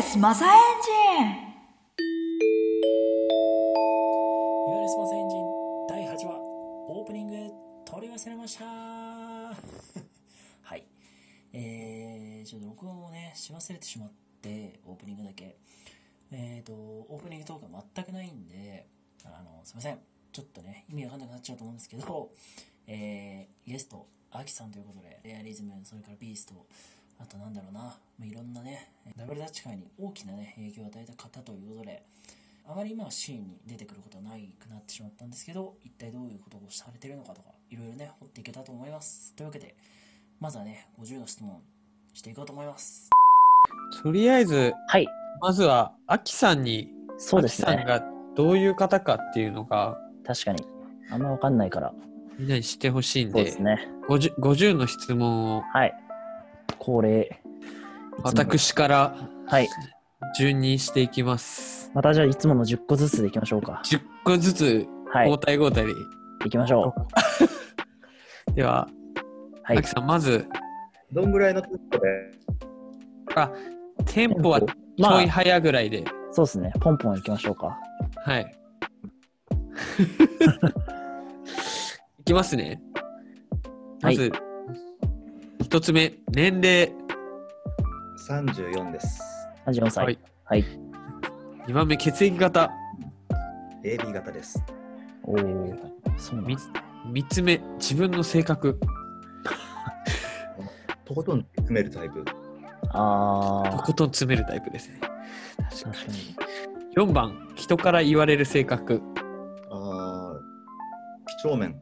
スマサエンジンユアレスモスエンジン第8話オープニング撮り忘れました はいえー、ちょっと録音をねし忘れてしまってオープニングだけえーとオープニングトークは全くないんであのすいませんちょっとね意味わかんなくなっちゃうと思うんですけど えー、ゲストアキさんということでレアリズムそれからビーストあとなんだろうな、まあ、いろんなねダブルダッチ界に大きなね影響を与えた方ということであまり今はシーンに出てくることはないくなってしまったんですけど一体どういうことをされてるのかとかいろいろね掘っていけたと思いますというわけでまずはね50の質問していこうと思いますとりあえず、はいまずは、アキさんに、そうでアキすさんねがどういう方かっていうのが、確かにあんま分かんないからみんなに知ってほしいんそうでですね 50, 50の質問を、はい恒例私からはい。順にしていきます。またじゃあいつもの10個ずつでいきましょうか。 10個ずつ、はい。交代交代で。いきましょう。では、はいアキさん、まず、どんぐらいのテンポでテンポはちまょあい、早ぐらいで、そうですね。ポンポンいきましょうか。はい。いきますね。まず、一つ目、年齢。 34です。 34歳。はいはい。 2番目、血液型。 AB 型です。おお。そうなんですね。 3つ目、自分の性格。とことん詰めるタイプ。あとー。ことん詰めるタイプですね。確か確かに。に。4番、人から言われる性格。ああ、几帳面。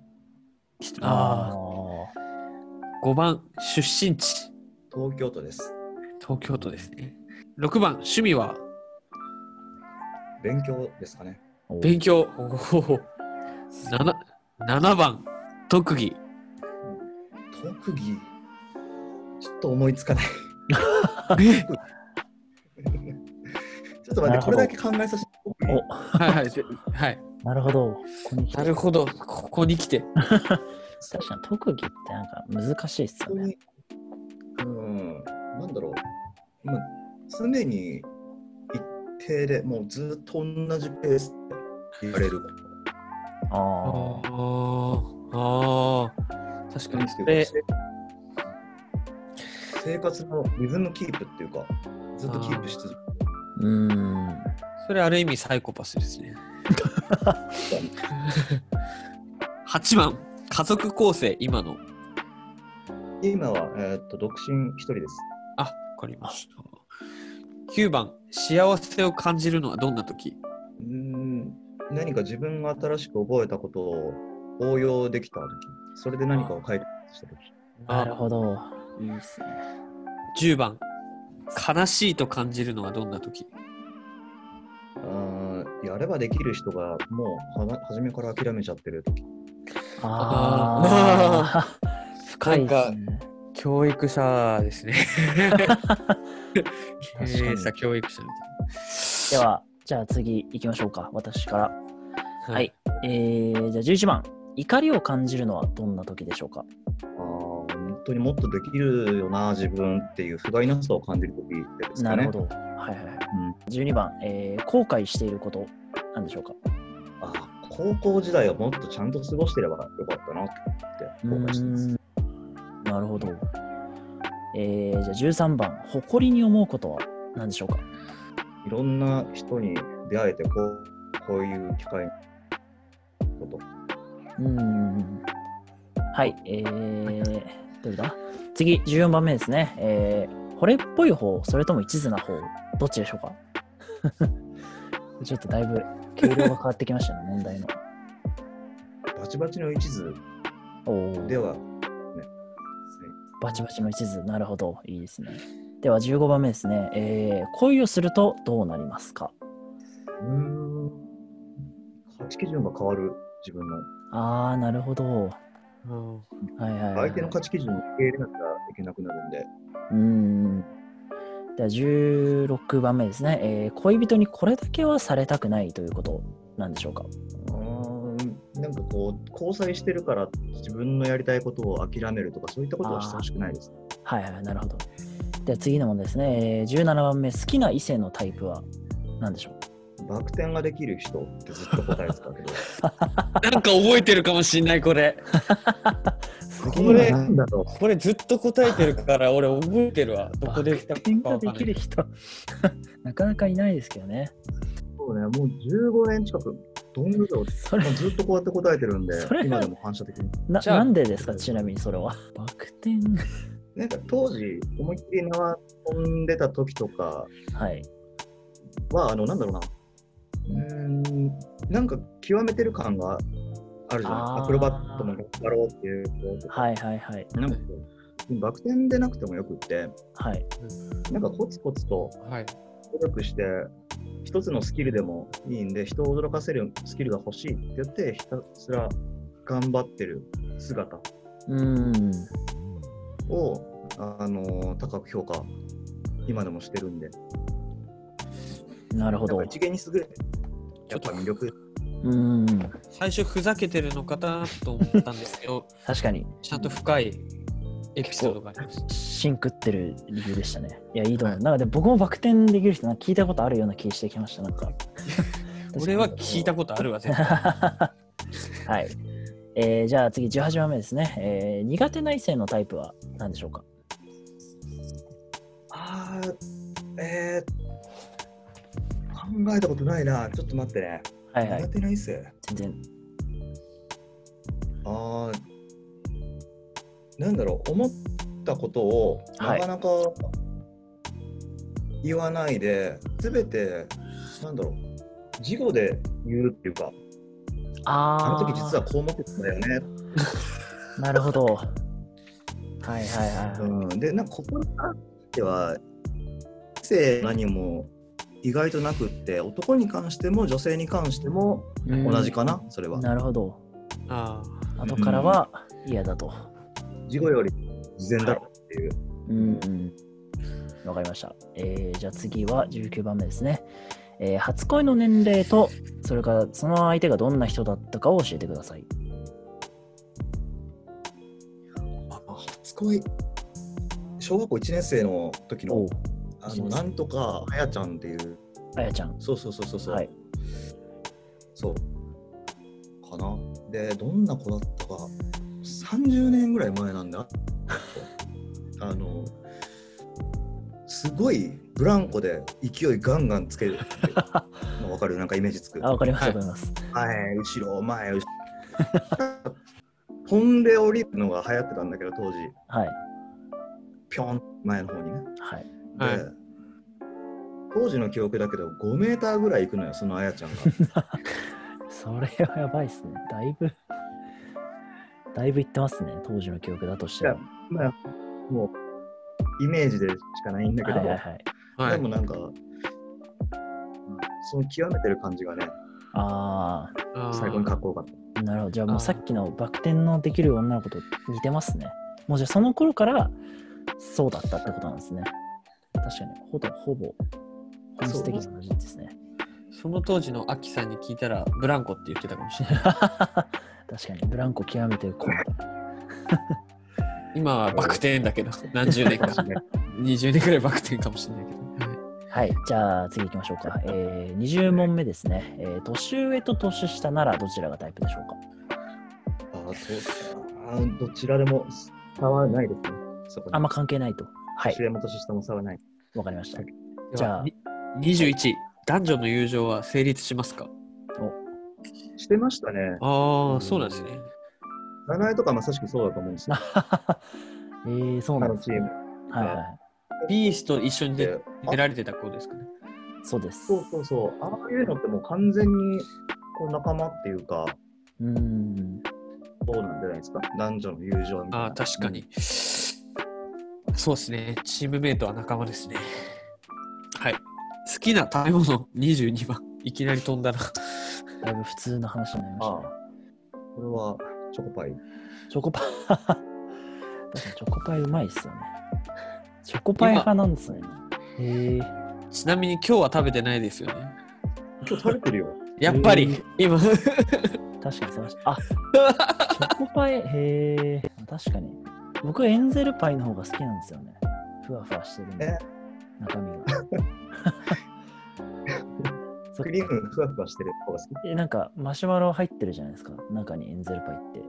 ああ5番、出身地。東京都です。東京都ですね。6番、趣味は勉強ですかね。ー。勉強。おお 7, 7番、特技。特技、ちょっと思いつかない。 えちょっとな待っるて、こほどれだけ考えさせて。特技はいはい。ではい、なるほど。ここに来てなるほど。ここに来て。確かに特技ってなんか難しいっすよ本当ね。にうん、なんだろう。今、常に一定でもうずっと同じペースで言われる。ああー。ーあー。確かにそれ。生活のリズムキープっていうか、ずっとキープし続けうーん。それある意味サイコパスですね。8番、家族構成、今の。今は、えーっと独身一人です。あ、わかりました。9番、幸せを感じるのはどんな時うーん何か自分が新しく覚えたことを応用できた時それで何かを解決した時あなるほど。いいっすね。 ?10 番、悲しいと感じるのはどんな時あーやればできる人がもうは初めから諦めちゃってる時あー。深いっなすんね。教育者ですね。かに経営者、教育者みでは、じゃあ次行きましょうか。私から。たいな。はい。えー、じゃあ11番。怒りを感じるのはどんな時でしょうかあー本当にもっとできるよな自分っていう不甲斐なさを感じる時ですなかるねほど。はいはいはい。12番、えー後悔していること、なんでしょうかあー高校時代をもっとちゃんと過ごしてればよかったなって後悔してますなるほど。えーじゃあ13番、誇りに思うことは何でしょうかいろんな人に出会えてこうこういう機会のことうーん。はい。えー、どれだ次、14番目ですね。えー、惚れっぽい方、それとも一途な方、どっちでしょうか ちょっとだいぶ、軽量が変わってきました ね、問題の。バチバチの一途おーでは、ね、バチバチの一途、なるほど、いいですね。では15番目ですね、えー恋をするとどうなりますかうーん、価値基準が変わる自分の、あー、なるほど。はうんいはい、はい。相手の価値基準を受け入れなきゃいけなくなるんで、うーん。では16番目ですね、えー恋人にこれだけはされたくないということなんでしょうかうーん、なんかこう、交際してるから自分のやりたいことを諦めるとか、そういったことはしてほしくないです。はいはい、なるほど。では次の問題ですね、えー17番目好きな異性のタイプは何でしょうバク転ができる人ってずっと答えてたけど、なんか覚えてるかもしんない、こ れ。すこれなんだろう。これずっと答えてるから、俺覚えて るわ。どこで来た転かがわかでんなきいる人 なかなかいないですけどねそうね、もう15年近く、どんぐらい落ちそれもうずっとこうやって答えてるんでそれ、今でも反射的に。なじゃあなんでですかちなみにそれはバク転なんか当時、思いっきり縄飛んでた時とかはいは、あの、なんだろうな。うーん、なんか極めてる感があるじゃあなーいアクロバットも頑張ろうっていうこ。はいはいはいうなんかこう、バク転でなくてもよくって、はいなんかコツコツとはい。努力して、一つのスキルでもいいんで、人を驚かせるスキルが欲しいって言って、ひたすら頑張ってる姿うーんを、あのー高く評価、今でもしてるんで、なるやほっどぱう一芸に優れて、やっぱ魅力、ーん最初ふざけてるのかなと思ったんですけど、確かにちゃんと深いエピソードがありました。シン食ってる理由でしたねいやいいと思うなんかでも僕もバク転できる人なんか聞いたことあるような気してきましたなん か俺は聞 いたことあるわ、絶対。はい。えーじゃあ次18番目ですね、えー苦手な異性のタイプは何でしょうかあー、えー、考えたことないな、ちょっと待ってね、はいは苦い。手ないっすよ。全然。あーなんだろう思ったことをはないかなか言わないで、すべてなんだろう事後で言うっていうかああーの時実はこう思ってたんだよね、なるほ ど。はいはいはうん、でなんかここに関しては異性何も意外となくって男に関しても女性に関してもい。うん同じかな、それはなるほど。あ後からは嫌だと。事後より事前だろうっていう、うんうん。わかりました。えーじゃあ次は19番目ですね。えー初恋の年齢と、それからその相手がどんな人だったかを教えてください。あ初恋小学校1年生の時のおうあそうのですなんとかあやちゃんっていう、あやちゃん。そうそうそうそうそう、はい。そうかな。で、どんな子だったか、30年ぐらい前なんだ。 あの、すごいブランコで勢いガンガンつ けるって。まあわかるなんかイメージつく。あ、前、わかります、はわいかります。後ろ、前、後ろ。 飛んで降りるのが流行ってたんだけど、当時。はい。ぴょん、前の方にね。はい。 で、はい当時の記憶だけど、5メーターぐらい行くのよ、そのあやちゃんが。それはやばいっすね。だいぶ、だいぶいってますね。当時の記憶だとしても。 まあ、もう、イメージでしかないんだけど、はいはいはい。あ。はでいも。なんか、その極めてる感じがね、ああー最高にかっこよかった。あ、なるほど。じゃあもあうーさっきのバク転のできる女の子と似てますね。もうじゃあその頃からそうだったってことなんですね。確かに、ほぼ、ほぼ、本質的に同じですね。その当時のアキさんに聞いたら、ブランコって言ってたかもしれない。 確かに、ブランコ極めてる子みたいな今はバク転だけど、何十年か、20年くらいバク転かもしれないけど。はいはい、じゃあ次行きましょうか。えー、20問目ですね、えー。年上と年下ならどちらがタイプでしょうかああ、そうだな。どちらでも差はないですね。そこにあんま関係ないと。はい年、上も年下も差はない。わかりま した。ではじに21、男女の友情は成立しますかしてましたね。ああ、そうなんですね。占いとかまさしくそうだと思うんですよ。えー、そう他なんのです。チームはいはい。ビースと一緒に出で。出られてた子ですかね。そうです。そうそうそう。ああいうのってもう完全にこう仲間っていうか、うーん。そうなんじゃないですか。男女の友情みたいな。ああ、確かに。そうですね。チームメイトは仲間ですね。はい。好きな食べ物22番。いきなり飛んだな。だいぶ普通の話になりまあしあ。これはチョコパイ。たね。チョコパイ。 確かにチョコパイうまいっすよね。チョコパイ派なんですね。へえ。ちなみに今日は食べてないですよね。今日食べて るよ。やっぱえり、今。 確かにそうあ、チョコパイ。へえ。確かに。僕はエンゼルパイの方が好きなんですよね。ふわふわしてるんえだ。中身が。そっクリームふわふわしてる方が好きえなんかマシュマロ入ってるじゃないですか。中にエンゼルパイって。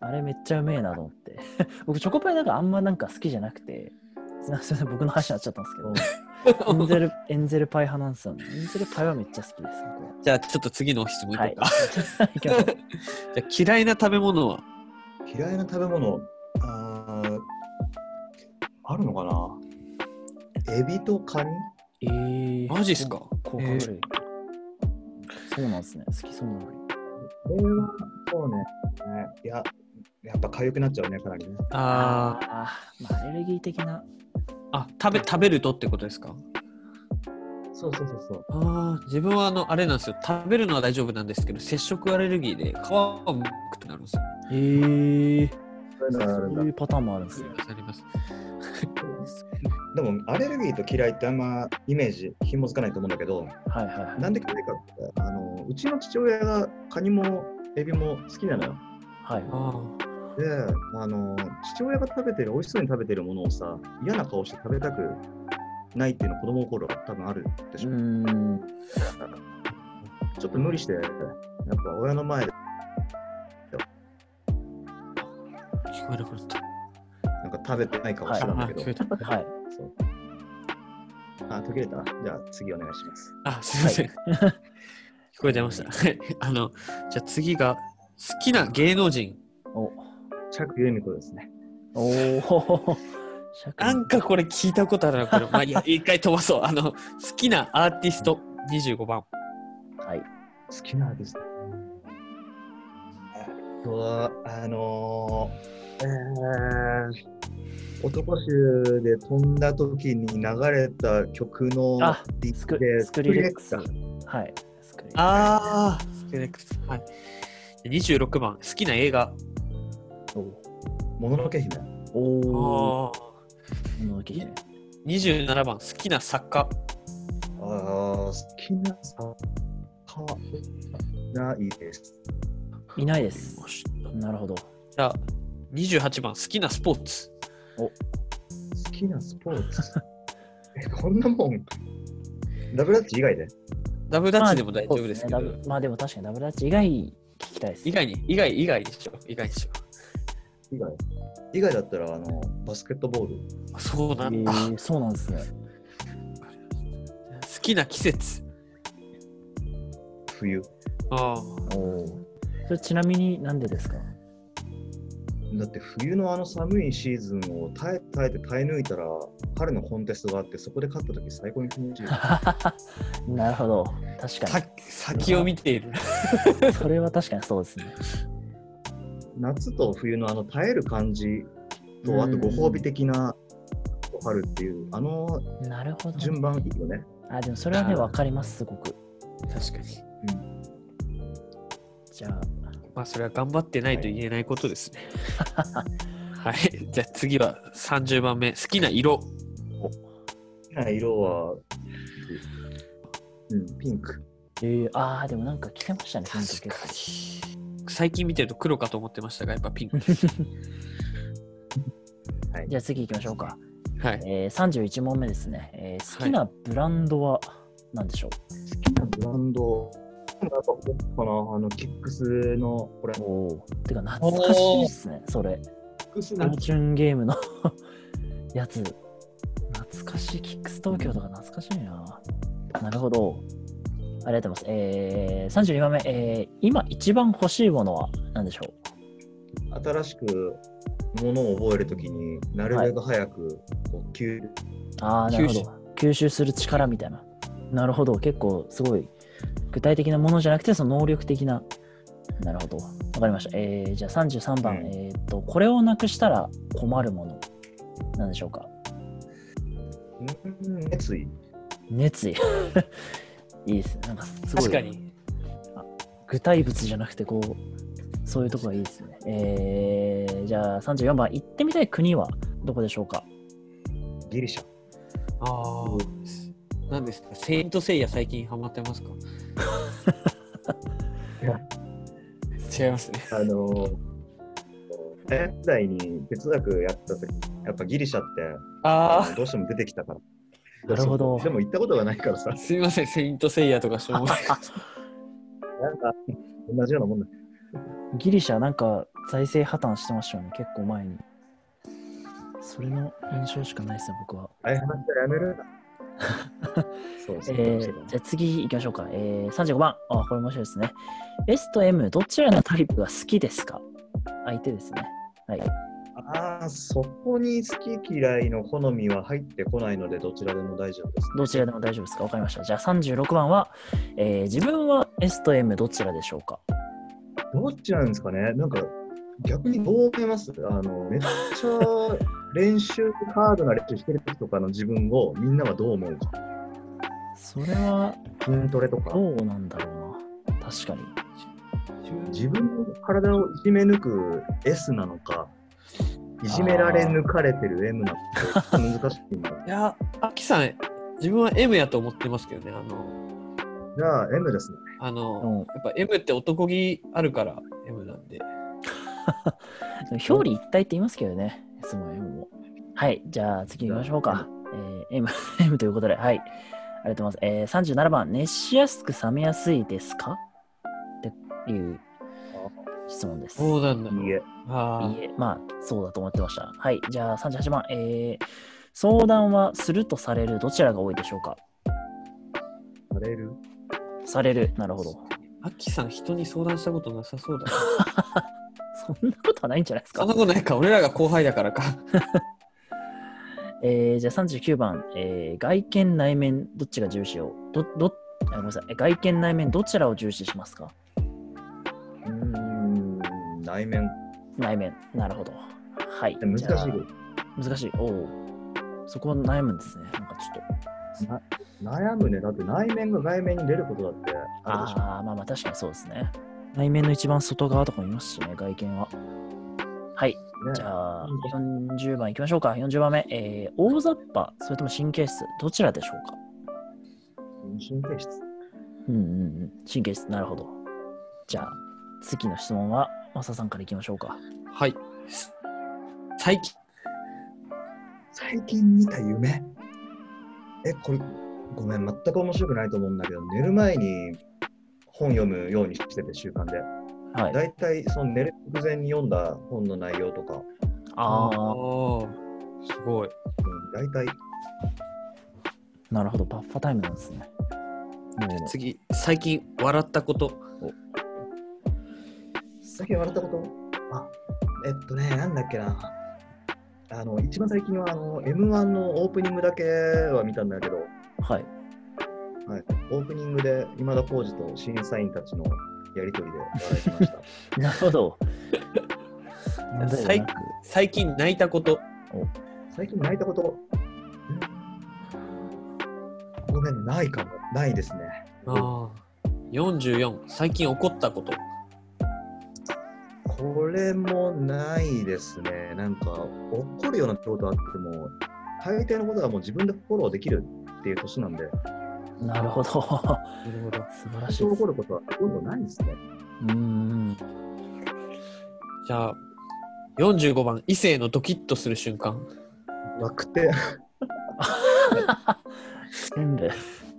あれめっちゃうめえなと思って。 僕、チョコパイなんかあんまなんか好きじゃなくて、すいません、僕の話になっちゃったんですけど、エンゼルエンゼルパイ派なんですよね。エンゼルパイはめっちゃ好きです、僕は。じゃあちょっと次の 質問いこはういか。いきましょう。じゃあ嫌いな食べ物は嫌いな食べ物あーあるのかなエビとカニ えー、マジっすか甲殻類、そうなんですね。好きそうなのに。これはそうねねいややっぱ痒くなっちゃうねかなりねああー、まあ、アレルギー的な。ーあ食べ食べるとってことですかそうそうそうそうあー自分はあのあれなんですよ食べるのは大丈夫なんですけど接触アレルギーで皮をむくってなるんですよ。えー、そういうのがあそるんういうだパターンもあるんですね。ありますでもアレルギーと嫌いってあんまイメージ紐づかないと思うんだけどはいはいはい。なんで嫌いかってあのうちの父親がカニもエビも好きなのよはい。あであの父親が食べてる美味しそうに食べてるものをさ嫌な顔して食べたくないっていうの子供の頃は多分あるでしうょ、ーん。ちょっと無理してやっぱ親の前でー聞こえなくなった。なんか食べてない顔してたんだあけど、聞こえた。はい。そうあ途切れたじゃあ次お願いしますあすいま せん。聞こえちゃいました。 はいあのじゃあ次が好きな芸能人。お着由美子ですねお ー。尺なんかこれ聞いたことあるな、これ。まあ、いや、一回飛ばそう。あの、好きなアーティスト、25番。はい。好きなアーティストえっとあのー、えー、男衆で飛んだ時に流れた曲のあリスクでスクリレックス。だはい。スクリレックス。ああ、スクレックス。はい。26番、好きな映画。もののけ姫おお。あ物置姫。 27番、好きな作家。あー好きな作家ないですいないです。じなるほど。ゃあ、28番、好きなスポーツ。好きなスポーツえこんなもんダブルダッチ以外でダブルダッチでも大丈夫ですけど、そうねダブまあでも確かにダブルダッチ以外聞きたいです。以外に、以外、以外でしょ。以外でしょ。以外以外だったらあのバスケットボールあそうえなんだ。ー、そうなんですね。好きな季節。冬ああ。おお。それちなみになんでですかだって冬のあの寒いシーズンを耐えて耐えて耐え抜いたら春のコンテストがあってそこで勝った時最高に気持ちいい なるほど。確かさ先を見ている。に。それは確かにそうですね。夏と冬のあの耐える感じとあとご褒美的な春っていうあのなるほど。順番いいよねあ、でもそれはね、わかります、すごく。確かに。じゃあ、まあそれは頑張ってないと言えないことですね。はい、じゃあ次は30番目好きな色好きな色はうんピンクえー、あー、でもなんか聞けましたね、その時に最近見てると黒かと思ってましたがやっぱピンク じゃあ次行きましょうか。はいえー、31問目ですね、えー好きなブランドは何でしょう、好きなブランドやっぱこれかなあのキックスのこれキおお。てか懐かしいですね、それ。ックスフォのーチュンゲームの やつ。懐かしい、キックス東京とか懐かしいな。なるほど。ありがとうございます。えー、32番目、えー、今一番欲しいものは何でしょう新しくものを覚えるときになるべく早くこう給ああ、なるほど。吸収する力みたいな。なるほど。結構すごい具体的なものじゃなくて、その能力的な。なるほど。わかりました。えー、じゃあ33番、うんえーっと、これをなくしたら困るもの。なんでしょうか。うん熱意熱意。 いいですね。なんかすごい確かに具体物じゃなくて、こう、そういうとこがいいですね。えー、じゃあ34番、行ってみたい国はどこでしょうか。ギリシャ。ああ何ですかセイントセイヤ最近ハマってますかいや違いますねあのー大学時代に哲学やった時やっぱギリシャってああのどうしても出てきたからなるほどでも行ったことがないからさあ、すみません、セイントセイヤとかしょうも ない。なんか同じようなもんだギリシャなんか財政破綻してましたよね、結構前に。それの印象しかないですね、僕は。ああいう話はやめ るそうえそうそうそうー、じゃあ次行きましょうか。えー、35番。あ、これ面白いですね。S と M、どちらのタイプが好きですか相手ですね。はい。ああそこに好き嫌いの好みは入ってこないのでどちらでも大丈夫ですどちらでも大丈夫ですかわかりました。じゃあ36番は、えー、自分は S と M どちらでしょうかどっちなんですかねなんか逆にどう思いますあのめっちゃ練習ハードな練習してる時とかの自分をみんなはどう思うかそれは筋トレとかどうなんだろうな。確かに。自分の体をいじめ抜く S なのかいじめられ抜かれてる M なのかちょっと難しいんだいや、アキさん、自分は M やと思ってますけどね。あの、じゃあ M ですねあうの、ん、やっぱ M って男気あるから M なんで。でも表裏一体って言いますけどね、S も M も。はい、じゃあ次行きましょうか。えー M、M ということで、はい。ありがとうございます。えー、37番、熱しやすく冷めやすいですかっていう質問です。そうなんだ。い いえあいいえ、まあ、そうだと思ってました。はい、じゃあ38番、えー、相談はするとされるどちらが多いでしょうかされるされる、なるほど。あ、アキさん、人に相談したことなさそうだな。そんなことはないんじゃないです そかんな。ことないか、俺らが後輩だからか。えー、じゃあ39番、えー、外見、内面、どっちが重視を、ど、ど、あごめんなさい、え外見、内面、どちらを重視しますかうーん内面内面、なるほど。はい。難しじいゃあ難しい。おお。そこは悩むんですね。なんかちょっと。悩むねだって内面が外面に出ることだってあるでしょああー、まあまあ確かにそうですね。内面の一番外側とかもいますしね、外見は。はい。ねじゃあ、40番いきましょうか。40番目。えー、大雑把、それとも神経質、どちらでしょうか神経質うんうんうん。神経質、なるほど。じゃあ、次の質問は、マサさんからいきましょうか。はい。最近、最近見た夢えこれごめん全く面白くないと思うんだけど寝る前に本読むようにしてて習慣ではい。だいたいその寝る直前に読んだ本の内容とかあああ、ー、すごい。だいたいなるほど。バッファタイムなんですね。もう次、最近、笑ったこと。最近笑ったことあえっとねなんだっけなあの一番最近はあの m 1のオープニングだけは見たんだけど、はい。はい、オープニングで今田耕司と審査員たちのやりとりで笑いま したなるほど。問題がなく最近、泣いたこと。最近泣いたこと、うんごめん、ないかも。ないですね。あー44、最近怒ったこと。これもないですね。なんか、怒るようなことあっても、大抵のことはもう自分でフォローできるっていう年なんで、なるほど。素なるほど。晴らし人いをです。怒うることはほとんどないですね。ーん。じゃあ、45番、異性のドキッとする瞬間。バク転、全部。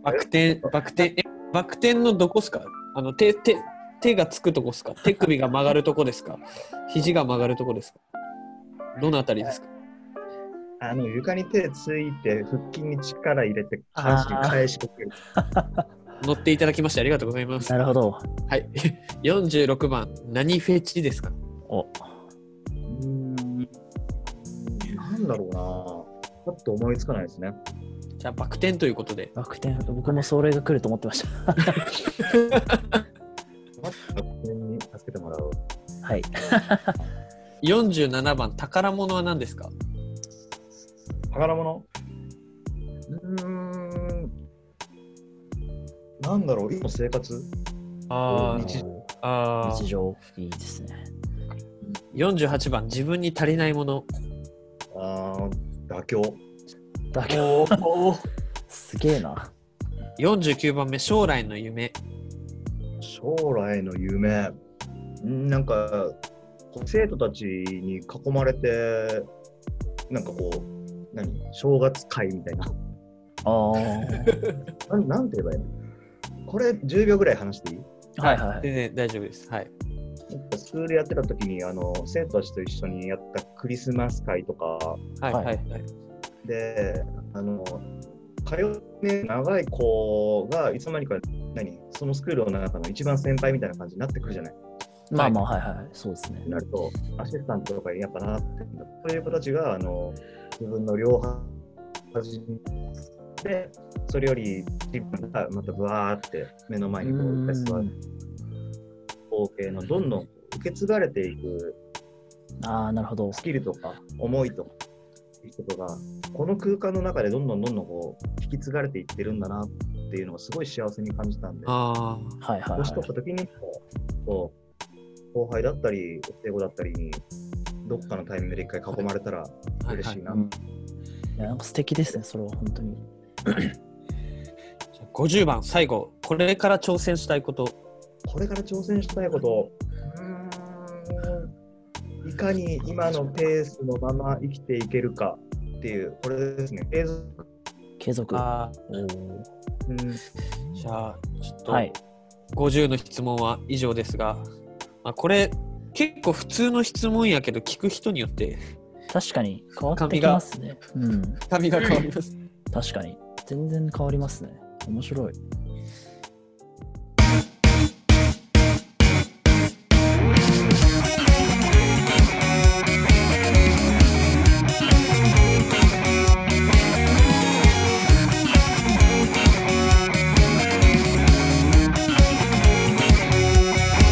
バク転、バク転、えバク転のどこっすかあの、手、手、手がつくとこっすか手首が曲がるとこですか肘が曲がるとこですかどのあたりですかあの、床に手ついて、腹筋に力入れて、下あ半ー身返しこくる。乗っていただきましてありがとうございます。なるほど。はい。46番、何フェチですかお、うーん、なんだろうなちょっと思いつかないですね。じゃあ、バク転ということで。バク転。僕もそれが来ると思ってました。まずバク転に助けてもらおう。はい。 47番、宝物は何ですか宝物うーん。なんだろう、今の生活あー日あ日常、いいですね。 48番、自分に足りないもの。あー妥協。だけど、おすげえな。 49番目、将来の夢。将来の夢。んなんか、こう生徒たちに囲まれて、なんかこう、何正月会みたいな。ああ。はいなんなんて言えばいいのこれ10秒ぐらい話していいはいはい。全然大丈夫です。はい。なんかスクールやってた時にあの生徒たちと一緒にやったクリスマス会とかはいははいいはい。であの通って長い子がいつの間にか何そのスクールの中の一番先輩みたいな感じになってくるじゃないっまあまあ、はいはい。そうですねて。なるとアシスタントとかにやっぱなってんだそういう子たちがあの自分の両端でそれより自分がまたぶわーって目の前にこういっぱい座る光景のどんどん受け継がれていくああ、なるほど。スキルとか思いとかっていうことがこの空間の中でどんどんどんどんこう引き継がれていってるんだなっていうのがすごい幸せに感じたんであはいはい、年取はった時にこうこう後輩だったり教え子だったりにどっかのタイミングで一回囲まれたらあ。はい嬉はしいい。な、い。うんいやなんか素敵ですね、それは本当に。 50番、最後。これから挑戦したいこと。これから挑戦したいことうーんいかに今のペースのまま生きていけるかっていうこれですね継続継続。あおーうんーじゃあ、ちょっと、はい。 50の質問は以上ですが、まあ、これ、結構普通の質問やけど、聞く人によって、確かに変わってきますね。うん。 髪が変わります。確かに。全然変わりますね。面白い。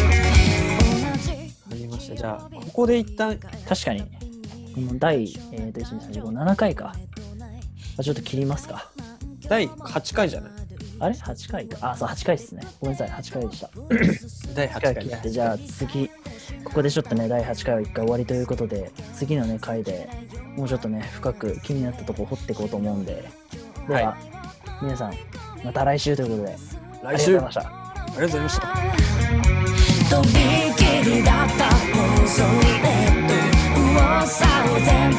わかりました。じゃあ、ここで一旦、確かに、この第、えー、と1、2、3、4、5、7回か。あちょっと切りますか。第8回じゃないあれ ?8 回か。あ、そう、8回ですね。ごめんなさい、8回でした。第8 8回回切っねて、。じゃあ次、ここでちょっとね、第8回は1回終わりということで、次のね、回でもうちょっとね、深く気になったとこ掘っていこうと思うんで、では、は皆さん、また来週ということで、ありがとうござ来週、いあました。りがとうございました。とびきりだったもうそれって噂を全